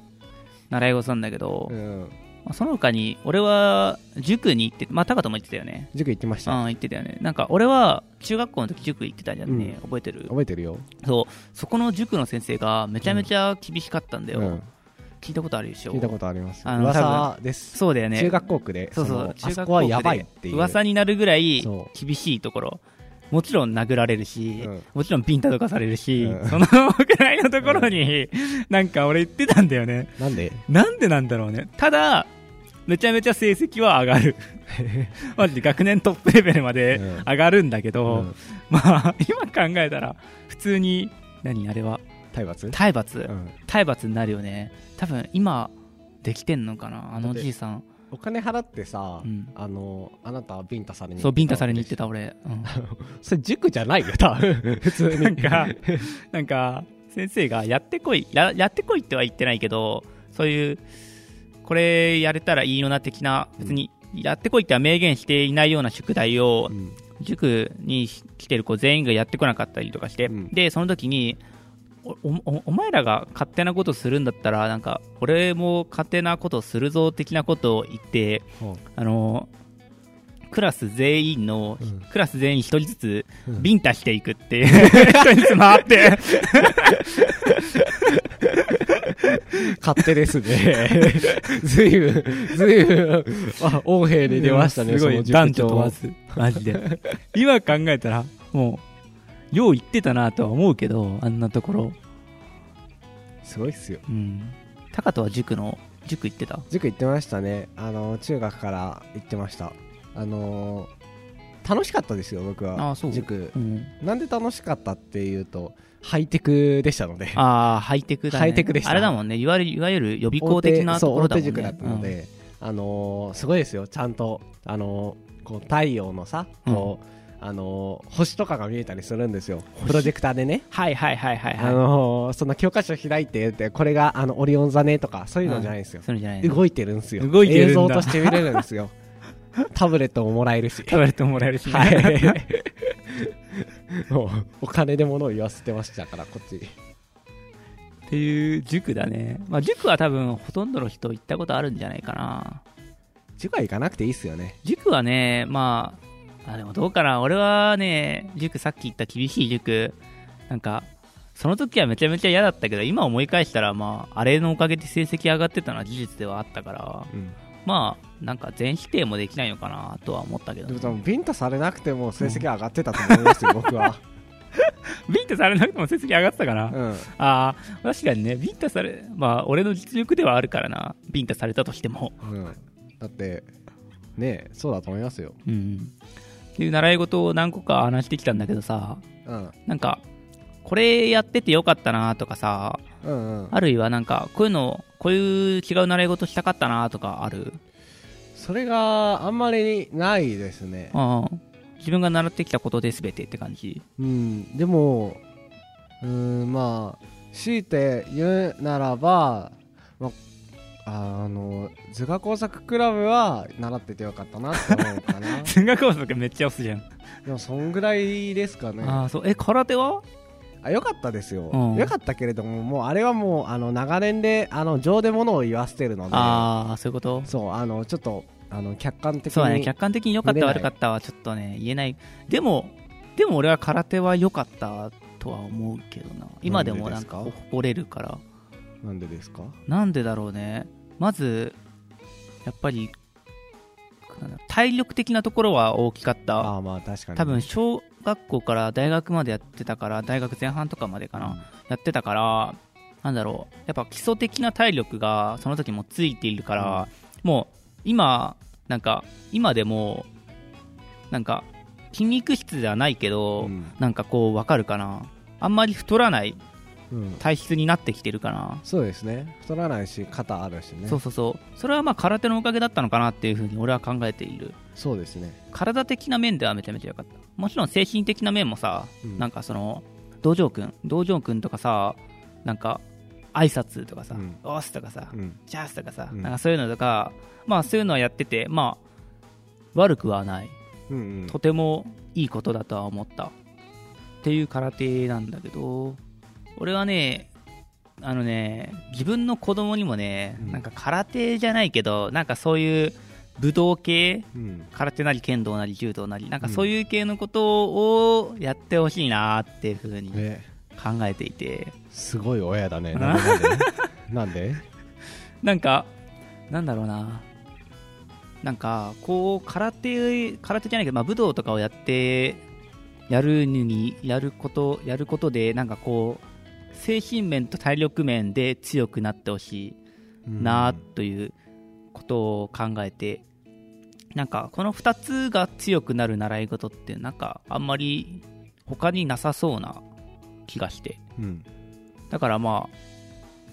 [SPEAKER 1] 習い事なんだけど、
[SPEAKER 2] うん
[SPEAKER 1] まあその他に俺は塾に行ってまあ高とも行ってたよね
[SPEAKER 2] 塾行ってまし
[SPEAKER 1] う
[SPEAKER 2] た
[SPEAKER 1] ん、言ってたよね。なんか、俺は中学校の時塾行ってたじゃんね、覚えてる
[SPEAKER 2] 覚えてるよ
[SPEAKER 1] そう、そこの塾の先生がめちゃめちゃ厳しかったんだよ。
[SPEAKER 2] うん
[SPEAKER 1] 聞いたことあるでしょ
[SPEAKER 2] 聞いたことあります
[SPEAKER 1] あの
[SPEAKER 2] 噂です
[SPEAKER 1] そうだよね。
[SPEAKER 2] 中学校区で
[SPEAKER 1] そうそう
[SPEAKER 2] の、
[SPEAKER 1] 中
[SPEAKER 2] あ
[SPEAKER 1] 学
[SPEAKER 2] そ
[SPEAKER 1] 校
[SPEAKER 2] こはやばいっていう
[SPEAKER 1] で噂になるぐらい
[SPEAKER 2] そ
[SPEAKER 1] 厳しいところ。もちろん殴られるし、
[SPEAKER 2] うん
[SPEAKER 1] もちろんピンタとかされるし、
[SPEAKER 2] うん
[SPEAKER 1] そのぐらいのところに、なんか俺言ってたんだよね。
[SPEAKER 2] なんで
[SPEAKER 1] なんでなんだろうね。ただ、めちゃめちゃ成績は上が る。マジで学年トップレベルまで
[SPEAKER 2] うん
[SPEAKER 1] 上がるんだけ
[SPEAKER 2] う
[SPEAKER 1] ど、
[SPEAKER 2] ん
[SPEAKER 1] まあ、今考えたら、普通に、何あれは、
[SPEAKER 2] 体罰
[SPEAKER 1] 体罰
[SPEAKER 2] う、ん
[SPEAKER 1] 体罰になるよね。多分今、できてんのかな、あのおじいさん。
[SPEAKER 2] お金払ってさ、
[SPEAKER 1] うん
[SPEAKER 2] あのあなたはビンタされに
[SPEAKER 1] そう、ビンタされに行ってた俺。うん
[SPEAKER 2] それ塾じゃないよ多分普通に
[SPEAKER 1] なんか、なんか、先生が、やってこいや、やってこいっては言ってないけど、そういう、これやれたらいいのな的な、別に、やってこいっては明言していないような宿題を
[SPEAKER 2] う、ん
[SPEAKER 1] 塾に来てる子全員がやってこなかったりとかして、
[SPEAKER 2] うん
[SPEAKER 1] でその時におおお前らが勝手なことするんだったらなんか俺も勝手なことするぞ的なことを言って
[SPEAKER 2] ほ
[SPEAKER 1] あのクラス全員の、
[SPEAKER 2] うん
[SPEAKER 1] クラス全員一人ずつ
[SPEAKER 2] うん
[SPEAKER 1] ビンタしていくっていう 一人ずつ回って
[SPEAKER 2] う勝手ですね。 ずいぶん、ずいぶん、あ、横兵に出ましたね、
[SPEAKER 1] す
[SPEAKER 2] そ
[SPEAKER 1] ご
[SPEAKER 2] の
[SPEAKER 1] い
[SPEAKER 2] 塾長
[SPEAKER 1] 男女問わずマジで 今考えたらもうよう言ってたなとは思うけどあんなところ
[SPEAKER 2] すごいっすよ。
[SPEAKER 1] うんタカトは塾の塾行ってた
[SPEAKER 2] 塾行ってましたね。あの、中学から行ってました。あのー、楽しかったですよ、僕は。
[SPEAKER 1] あそう
[SPEAKER 2] 塾
[SPEAKER 1] う。ん
[SPEAKER 2] なんで楽しかったっていうと、ハイテクでしたので。
[SPEAKER 1] ああ、ハイテクだね。
[SPEAKER 2] ハイテクでした
[SPEAKER 1] あれだもんね、いわゆるいわゆる予備校的な
[SPEAKER 2] 大手
[SPEAKER 1] ところだもんね。
[SPEAKER 2] そう大手塾だったので、あのーすごいですよちゃんとあのーこう太陽のさこう、あのー星とかが見えたりするんですよプロジェクターでね
[SPEAKER 1] はいはいはいはいはい。
[SPEAKER 2] あのーその教科書開いてってこれがあのオリオン座ねとかそういうのじゃないんですよ、
[SPEAKER 1] そういうのじゃないの。
[SPEAKER 2] 動いてるんですよ
[SPEAKER 1] 動いてるんだ
[SPEAKER 2] 映像として見れるんですよ タブレットももらえるし
[SPEAKER 1] 食べてもらえるし、ね。
[SPEAKER 2] はい もうお金で物を言わせてましたからこっち
[SPEAKER 1] っていう塾だね。まあ、塾は多分ほとんどの人行ったことあるんじゃないかな。
[SPEAKER 2] 塾は行かなくていいっすよね
[SPEAKER 1] 塾はね、まあ、あでもどうかな。俺はね、塾さっき言った厳しい塾、なんか、その時はめちゃめちゃ嫌だったけど、今思い返したら、まあ、あれのおかげで成績上がってたのは事実ではあったから、
[SPEAKER 2] うん
[SPEAKER 1] まあ、なんか全否定もできないのかなとは思ったけど、
[SPEAKER 2] で
[SPEAKER 1] ね
[SPEAKER 2] も。多分ビンタされなくても成績上がってたと思いま すよ、僕は。
[SPEAKER 1] ビンタされなくても成績上がってたから、
[SPEAKER 2] う
[SPEAKER 1] あ
[SPEAKER 2] ん。
[SPEAKER 1] あー確かにねビンタされまあ俺の実力ではあるからなビンタされたとしても
[SPEAKER 2] うん、だって、ねえ、そうだと思いますよ。
[SPEAKER 1] うんっていう習い事を何個か話してきたんだけどさ
[SPEAKER 2] うん。
[SPEAKER 1] なんかこれやっててよかったなとかさ
[SPEAKER 2] うんうん。
[SPEAKER 1] あるいはなんかこういうのこういう違う習い事したかったなとかある
[SPEAKER 2] それがあんまりないですね。
[SPEAKER 1] うん自分が習ってきたことで全てって感 じ
[SPEAKER 2] うん。でも、うーん、まあ、強いて言うならば、まあ、あの、図画工作クラブは習っててよかったなって思うかな。
[SPEAKER 1] 数学法則めっちゃ押すじゃん、
[SPEAKER 2] でも、そんぐらいですかね。
[SPEAKER 1] ああそうえ空手は
[SPEAKER 2] あよかったですよ、
[SPEAKER 1] うん
[SPEAKER 2] よかったけれども、もうあれはもうあの長年であの情で物を言わせてるので、
[SPEAKER 1] ああそういうこと
[SPEAKER 2] そうあのちょっとあの客観的
[SPEAKER 1] そうだね、
[SPEAKER 2] に、
[SPEAKER 1] 客観的に良かっ
[SPEAKER 2] 見
[SPEAKER 1] た
[SPEAKER 2] れない
[SPEAKER 1] 悪かったはちょっとね、言えない。でも、でも俺は空手は良かったとは思うけどな。今でもなんか
[SPEAKER 2] なんでです
[SPEAKER 1] 誇れるから。
[SPEAKER 2] なんでですか、
[SPEAKER 1] なんでだろうね。まず、やっぱり、なんだ体力的なところは大きかった。
[SPEAKER 2] ああまあ確かに
[SPEAKER 1] 多分、小学校から大学までやってたから、大学前半とかまでかな。やってたから、なんだろう、やっぱ基礎的な体力がその時もついているから、もう今、なんか、今でも、なんか、筋肉質ではないけど、
[SPEAKER 2] うん
[SPEAKER 1] なんかこう、わかるかな。あんまり太らない
[SPEAKER 2] うん
[SPEAKER 1] 体質になってきてるかな。
[SPEAKER 2] そうですね太らないし肩あるしね
[SPEAKER 1] そうそうそう。それはまあ空手のおかげだったのかなっていうふうに俺は考えている。
[SPEAKER 2] そうですね
[SPEAKER 1] 体的な面ではめちゃめちゃ良かった。もちろん精神的な面もさ、
[SPEAKER 2] うん
[SPEAKER 1] なんかその、道場くん、道場くんとかさ、なんか、挨拶とかさ、
[SPEAKER 2] うん
[SPEAKER 1] おーすとかさ、
[SPEAKER 2] うん
[SPEAKER 1] ジャスとかさ、
[SPEAKER 2] うん
[SPEAKER 1] なんかそういうのとか、まあそういうのはやってて、まあ、悪くはない。
[SPEAKER 2] うんうん
[SPEAKER 1] とてもいいことだとは思った。っていう空手なんだけど、俺はね、あのね、自分の子供にもね、
[SPEAKER 2] うん
[SPEAKER 1] なんか空手じゃないけど、なんかそういう武道系、
[SPEAKER 2] うん
[SPEAKER 1] 空手なり剣道なり柔道なり、なんか
[SPEAKER 2] うん
[SPEAKER 1] そういう系のことをやってほしいなっていうふうに
[SPEAKER 2] ね
[SPEAKER 1] 考えていて。
[SPEAKER 2] すごい親だね
[SPEAKER 1] うん
[SPEAKER 2] なんで なんで
[SPEAKER 1] なんか、なんだろうな。なんか、こう、空手、空手じゃないけど、まあ、武道とかをやって、やるのに、やること、やることで、なんかこう、精神面と体力面で強くなってほし
[SPEAKER 2] う
[SPEAKER 1] い
[SPEAKER 2] ん
[SPEAKER 1] な、ということを考えて、なんか、この2つが強くなる習い事って、なんか、あんまり他になさそうな気がして。
[SPEAKER 2] うん
[SPEAKER 1] だからまあ、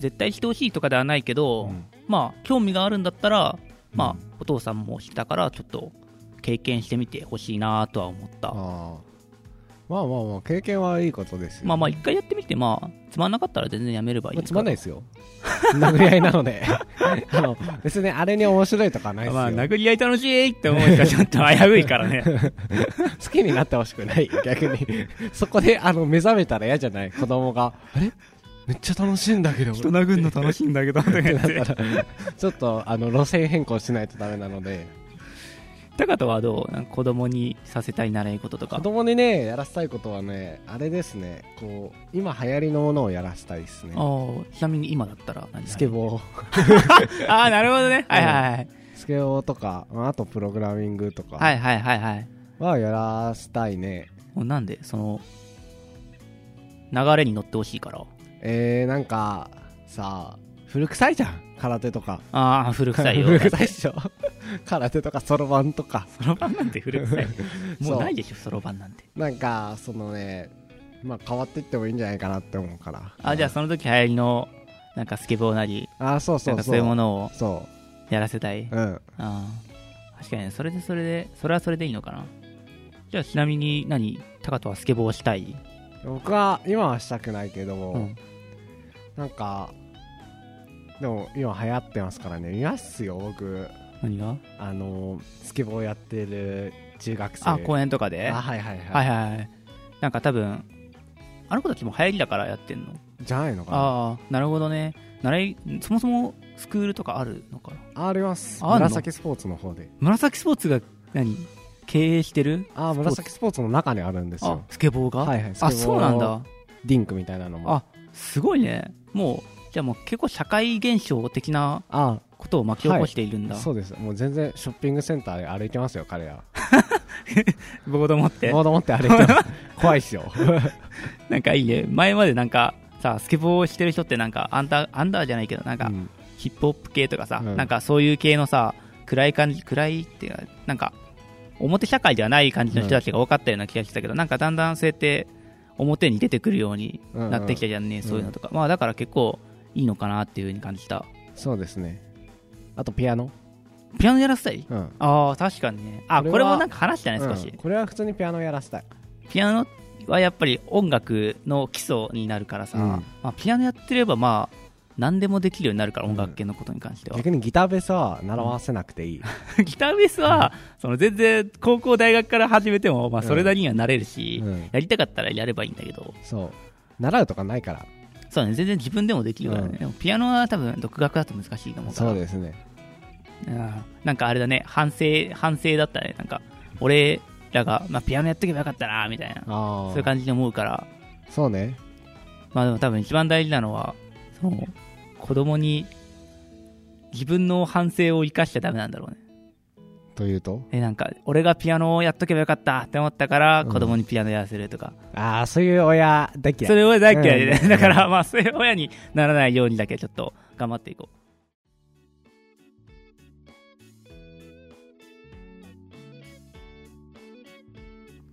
[SPEAKER 1] 絶対してほしいとかではないけど、
[SPEAKER 2] うん
[SPEAKER 1] まあ、興味があるんだったら、まあ
[SPEAKER 2] う、
[SPEAKER 1] お父さんもしたから、ちょっと経験してみてほしいなとは思った。
[SPEAKER 2] あーまあまあまあ経験はいいことですよ
[SPEAKER 1] まあまあ、一回やってみて、まあ、つまんなかったら全然やめればいい
[SPEAKER 2] ま
[SPEAKER 1] か
[SPEAKER 2] あ
[SPEAKER 1] ら。
[SPEAKER 2] つまんないですよ殴り合いなの であの別にあれに面白いとかないですよ、
[SPEAKER 1] まあ、殴り合い楽しいって思う人はちょっと危ういからね。
[SPEAKER 2] 好きになってほしくない逆にそこであの目覚めたら嫌じゃない子供があれめっちゃ楽しいんだけ ど
[SPEAKER 1] 人殴るの楽しいんだけどとか言っ
[SPEAKER 2] だ
[SPEAKER 1] て
[SPEAKER 2] からちょっとあの路線変更しないとダメなので
[SPEAKER 1] 高田はどうなんか子供にさせたい習い事と
[SPEAKER 2] 子
[SPEAKER 1] か
[SPEAKER 2] 供にねやらせたいことはねあれですねこう今流行りのものをやらせたいですね
[SPEAKER 1] ああちなみに今だったら何
[SPEAKER 2] スケボー
[SPEAKER 1] ああなるほどねはいはいはい
[SPEAKER 2] スケボーとかまああとプログラミングと
[SPEAKER 1] は
[SPEAKER 2] か
[SPEAKER 1] いはいはいはい
[SPEAKER 2] はやらせたいね、
[SPEAKER 1] もうなんでその流れに乗ってほしいから
[SPEAKER 2] えー、なんかさ古臭いじゃん空手とか
[SPEAKER 1] ああ古臭いよ
[SPEAKER 2] 古臭いっしょ空手とかそろばんとか
[SPEAKER 1] そろばんなんて古臭いも
[SPEAKER 2] そう
[SPEAKER 1] うないでしょそろばんなんて
[SPEAKER 2] なんかそのねまあ変わっていってもいいんじゃないかなって思うから
[SPEAKER 1] あじゃあその時流行りのなんかスケボーなり
[SPEAKER 2] あーそう
[SPEAKER 1] な
[SPEAKER 2] そ
[SPEAKER 1] ん
[SPEAKER 2] う
[SPEAKER 1] か
[SPEAKER 2] そ
[SPEAKER 1] そうういうものを
[SPEAKER 2] そ
[SPEAKER 1] やらせたいう
[SPEAKER 2] うん
[SPEAKER 1] ああ確かにねそれでそれでそれはそれでいいのかなじゃあちなみに何タカトはスケボーしたい、
[SPEAKER 2] 僕は今はしたくないけども、
[SPEAKER 1] うん、
[SPEAKER 2] なんかでも今流行ってますからね見ますよ僕
[SPEAKER 1] 何が
[SPEAKER 2] あのスケボーやってる中学生
[SPEAKER 1] あ公園とかで
[SPEAKER 2] あ
[SPEAKER 1] は
[SPEAKER 2] はいはいはい、
[SPEAKER 1] いはいはいなんか多分あの子たちも流行りだからやってんの
[SPEAKER 2] じゃないのかな
[SPEAKER 1] ああなるほどね習いそもそもスクールとかあるのかな
[SPEAKER 2] ああります
[SPEAKER 1] ああんの
[SPEAKER 2] 紫スポーツの方で
[SPEAKER 1] 紫スポーツが何経営してる
[SPEAKER 2] ああ
[SPEAKER 1] ポーツ
[SPEAKER 2] 紫スポーツの中にあるんです
[SPEAKER 1] あ
[SPEAKER 2] よ
[SPEAKER 1] スケボーが、
[SPEAKER 2] はいはいスケボ
[SPEAKER 1] あ
[SPEAKER 2] ーの
[SPEAKER 1] そうなんだ
[SPEAKER 2] リンクみたいなのも
[SPEAKER 1] あすごいねもうじゃあもう結構社会現象的な
[SPEAKER 2] あ
[SPEAKER 1] ことを巻き起こしているんだ、
[SPEAKER 2] そうですもう全然ショッピングセンターで歩いてますよ彼ら
[SPEAKER 1] ボード持って
[SPEAKER 2] ボード持って歩いてます怖いっすよ
[SPEAKER 1] なんかいいね前までなんかさスケボーしてる人ってなんかアンダーアンダーじゃないけどなんか
[SPEAKER 2] うん
[SPEAKER 1] ヒップホップ系とかさ、
[SPEAKER 2] うん
[SPEAKER 1] なんかそういう系のさ暗い感じ暗いっていうかなんか表社会ではない感じの人たちが多かったような気がしてたけど、なんかだんだんそうやって表に出てくるようになってきたじゃんね、
[SPEAKER 2] ん
[SPEAKER 1] そういうのとか、まあだから結構いいのかなっていう風に感じた
[SPEAKER 2] そうですねあとピアノ
[SPEAKER 1] ピアノやらせたい
[SPEAKER 2] うん
[SPEAKER 1] ああ確かにねあ
[SPEAKER 2] こ
[SPEAKER 1] これ
[SPEAKER 2] れは
[SPEAKER 1] もなんか話したね少し、
[SPEAKER 2] うんこれは普通にピアノやらせたい
[SPEAKER 1] ピアノはやっぱり音楽の基礎になるからさ、
[SPEAKER 2] うん
[SPEAKER 1] まあ、ピアノやってればまあ何でもできるようになるから音楽系のことに関しては、
[SPEAKER 2] 逆にギターベースは習わせなくていい、
[SPEAKER 1] ギターベースは、その全然高校大学から始めても、まあ、それなりにはなれるし、
[SPEAKER 2] うん
[SPEAKER 1] やりたかったらやればいいんだけど
[SPEAKER 2] そう習うとかないから
[SPEAKER 1] そうだね全然自分でもできるからね、
[SPEAKER 2] うん
[SPEAKER 1] でもピアノは多分独学だと難しいと思うから
[SPEAKER 2] そうですね
[SPEAKER 1] うんなんかあれだね反省反省だったねなんか俺らが、まあ、ピアノやっとけばよかったなみたいな
[SPEAKER 2] ああ
[SPEAKER 1] そういう感じに思うから
[SPEAKER 2] そうね
[SPEAKER 1] まあでも多分一番大事なのはその子供に自分の反省を生かしちゃダメなんだろうね
[SPEAKER 2] というと
[SPEAKER 1] えなんか俺がピアノをやっとけばよかったって思ったから
[SPEAKER 2] うん
[SPEAKER 1] 子供にピアノやらせるとか、
[SPEAKER 2] ああそういう親でき
[SPEAKER 1] それは大嫌いで、
[SPEAKER 2] うん
[SPEAKER 1] だからまあそういう親にならないようにだけちょっと頑張っていこう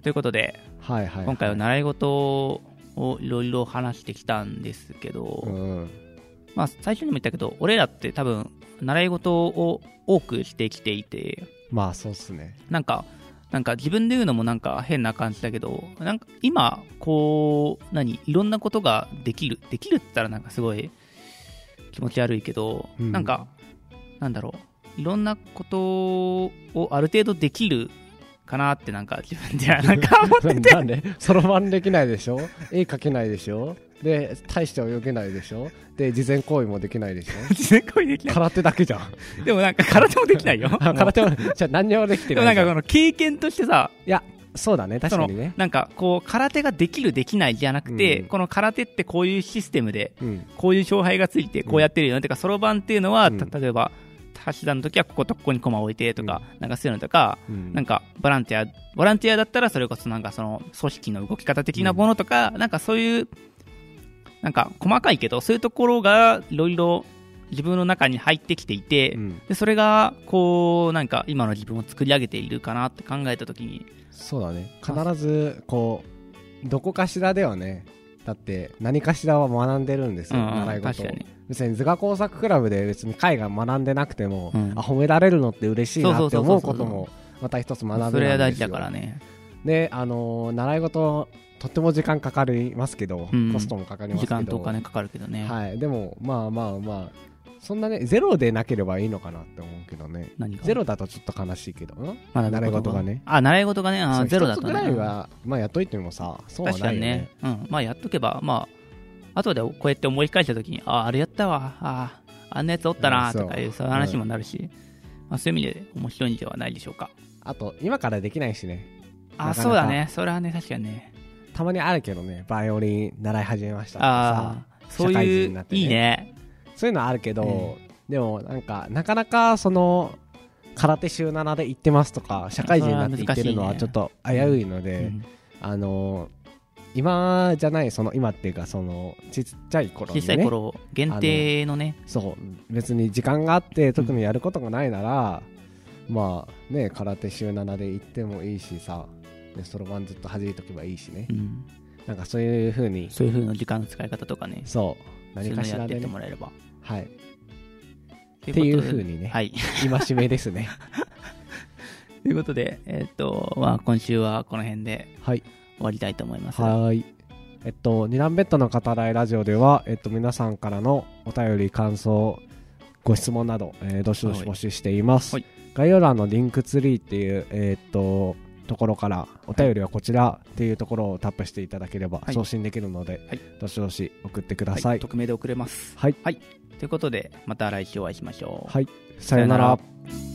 [SPEAKER 1] ということで
[SPEAKER 2] はいはい
[SPEAKER 1] 今回は習い事をいろいろ話してきたんですけど、
[SPEAKER 2] うん
[SPEAKER 1] まあ、最初にも言ったけど俺らって多分習い事を多くしてきていて
[SPEAKER 2] まあそうっすね
[SPEAKER 1] なんかなんか自分で言うのもなんか変な感じだけどなんか今こう何いろんなことができるできるって言ったらなんかすごい気持ち悪いけど、
[SPEAKER 2] うん
[SPEAKER 1] なんかなんだろういろんなことをある程度できるかなってなんか自分 ではなんか思ってて
[SPEAKER 2] なんでそろばんできないでしょ絵描けないでしょで大して泳げないでしょで事前行為もでき ないでしょ
[SPEAKER 1] 全然できない
[SPEAKER 2] 空手だけじゃん
[SPEAKER 1] でもなんか空手もできないよ
[SPEAKER 2] あ空手はじゃあ何にもできて
[SPEAKER 1] でも
[SPEAKER 2] な
[SPEAKER 1] ないんか
[SPEAKER 2] じゃ
[SPEAKER 1] こ
[SPEAKER 2] ん
[SPEAKER 1] の経験としてさ
[SPEAKER 2] いやそうだね確かに
[SPEAKER 1] その
[SPEAKER 2] ね
[SPEAKER 1] なんかこう空手ができるできないじゃなくて、
[SPEAKER 2] うん
[SPEAKER 1] この空手ってこういうシステムで
[SPEAKER 2] うん
[SPEAKER 1] こういう勝敗がついてこうやってるよね、てかそろばんっていうのは、
[SPEAKER 2] うん
[SPEAKER 1] た例えば橋田の時はこことここに駒を置いてとか、なんかそういうのとか、
[SPEAKER 2] うん
[SPEAKER 1] なんかボランティアボランティアだったらそれこそなんかその組織の動き方的なものとか、なんかそういうなんか細かいけどそういうところがいろいろ自分の中に入ってきていて、
[SPEAKER 2] うん
[SPEAKER 1] でそれがこうなんか今の自分を作り上げているかなって考えた時に
[SPEAKER 2] そうだね必ずこうどこかしらではねだって何かしらは学んでるんですよ、
[SPEAKER 1] うんうん
[SPEAKER 2] 習い事を
[SPEAKER 1] 確かに
[SPEAKER 2] 別に図画工作クラブで別に絵画学んでなくても、
[SPEAKER 1] うん
[SPEAKER 2] あ褒められるのって嬉しいなって思うこ
[SPEAKER 1] そうそうそうそ
[SPEAKER 2] と
[SPEAKER 1] う
[SPEAKER 2] もまた一つ学べるんです
[SPEAKER 1] そ
[SPEAKER 2] よ
[SPEAKER 1] れは大事だからね
[SPEAKER 2] であのー習い事とっても時間かかりますけど、
[SPEAKER 1] うん
[SPEAKER 2] コストもかかります
[SPEAKER 1] 時
[SPEAKER 2] けど
[SPEAKER 1] 間とお金かかるけどね、
[SPEAKER 2] はいでもまあまあまあそんなねゼロでなければいいのかなって思うけどね
[SPEAKER 1] 何が
[SPEAKER 2] ゼロだとちょっと悲しいけどん
[SPEAKER 1] まだ
[SPEAKER 2] 習い事がね
[SPEAKER 1] あ習い事がねあ
[SPEAKER 2] そう
[SPEAKER 1] ーゼロだと
[SPEAKER 2] 一つぐらいはまあやっといてもさそうは
[SPEAKER 1] 確
[SPEAKER 2] な
[SPEAKER 1] か
[SPEAKER 2] い
[SPEAKER 1] に
[SPEAKER 2] よね
[SPEAKER 1] ね、うん、まあやっとけばまあ後でこうやって思い返した時にあああれやったわあああんなやつおった
[SPEAKER 2] あ
[SPEAKER 1] な
[SPEAKER 2] そう
[SPEAKER 1] とかいうそういう話にもなるし、まあ、そういう意味で面白いんではないでしょうか
[SPEAKER 2] あと今からできないしね
[SPEAKER 1] あ
[SPEAKER 2] なかなか
[SPEAKER 1] そうだねそれはね確かにね
[SPEAKER 2] たまにあるけどねバイオリン習い始めましたとか
[SPEAKER 1] ああそう
[SPEAKER 2] 社会
[SPEAKER 1] いう、
[SPEAKER 2] 人になってね
[SPEAKER 1] いいね
[SPEAKER 2] さそういうのはあるけど、でもなんかなかなかその空手週7で行ってますとか社会人になって行ってるのは
[SPEAKER 1] それは難しいね
[SPEAKER 2] ちょっと危ういので、
[SPEAKER 1] うん
[SPEAKER 2] あの今じゃないその今っていうかそのちっちゃい頃に
[SPEAKER 1] 小
[SPEAKER 2] ね
[SPEAKER 1] さい頃限定のね
[SPEAKER 2] そう別に時間があって特にやることがないなら、まあね空手週7で行ってもいいしさねそろばんずっと弾いとけばいいしね
[SPEAKER 1] うん、
[SPEAKER 2] なんかそういうふうに
[SPEAKER 1] そういう風な時間の使い方とかね
[SPEAKER 2] そう
[SPEAKER 1] そうい
[SPEAKER 2] 何
[SPEAKER 1] う
[SPEAKER 2] か
[SPEAKER 1] の
[SPEAKER 2] し
[SPEAKER 1] や
[SPEAKER 2] ら
[SPEAKER 1] って
[SPEAKER 2] で、
[SPEAKER 1] って
[SPEAKER 2] ね
[SPEAKER 1] も、らえれば
[SPEAKER 2] はい
[SPEAKER 1] って
[SPEAKER 2] っていう
[SPEAKER 1] ことで
[SPEAKER 2] 風にね
[SPEAKER 1] はい
[SPEAKER 2] 戒めですね
[SPEAKER 1] ということで、えーっとまあ、今週はこの辺で
[SPEAKER 2] はい
[SPEAKER 1] 終わりたいと思います
[SPEAKER 2] はーいえっと二段ベッドの語らいラジオではえっと皆さんからのお便り感想ご質問など、えーどしどし募集しています、
[SPEAKER 1] はい
[SPEAKER 2] 概要欄のリンクツリーっていうえーっとところからお便りはこちらっていうところをタップしていただければ
[SPEAKER 1] はい
[SPEAKER 2] 送信できるので、
[SPEAKER 1] はい
[SPEAKER 2] どしどし送ってくだ
[SPEAKER 1] は
[SPEAKER 2] さ
[SPEAKER 1] い、
[SPEAKER 2] い、
[SPEAKER 1] 匿名で送れます
[SPEAKER 2] はい
[SPEAKER 1] ということでまた来週お会いしましょう
[SPEAKER 2] はい、さよなら
[SPEAKER 1] さ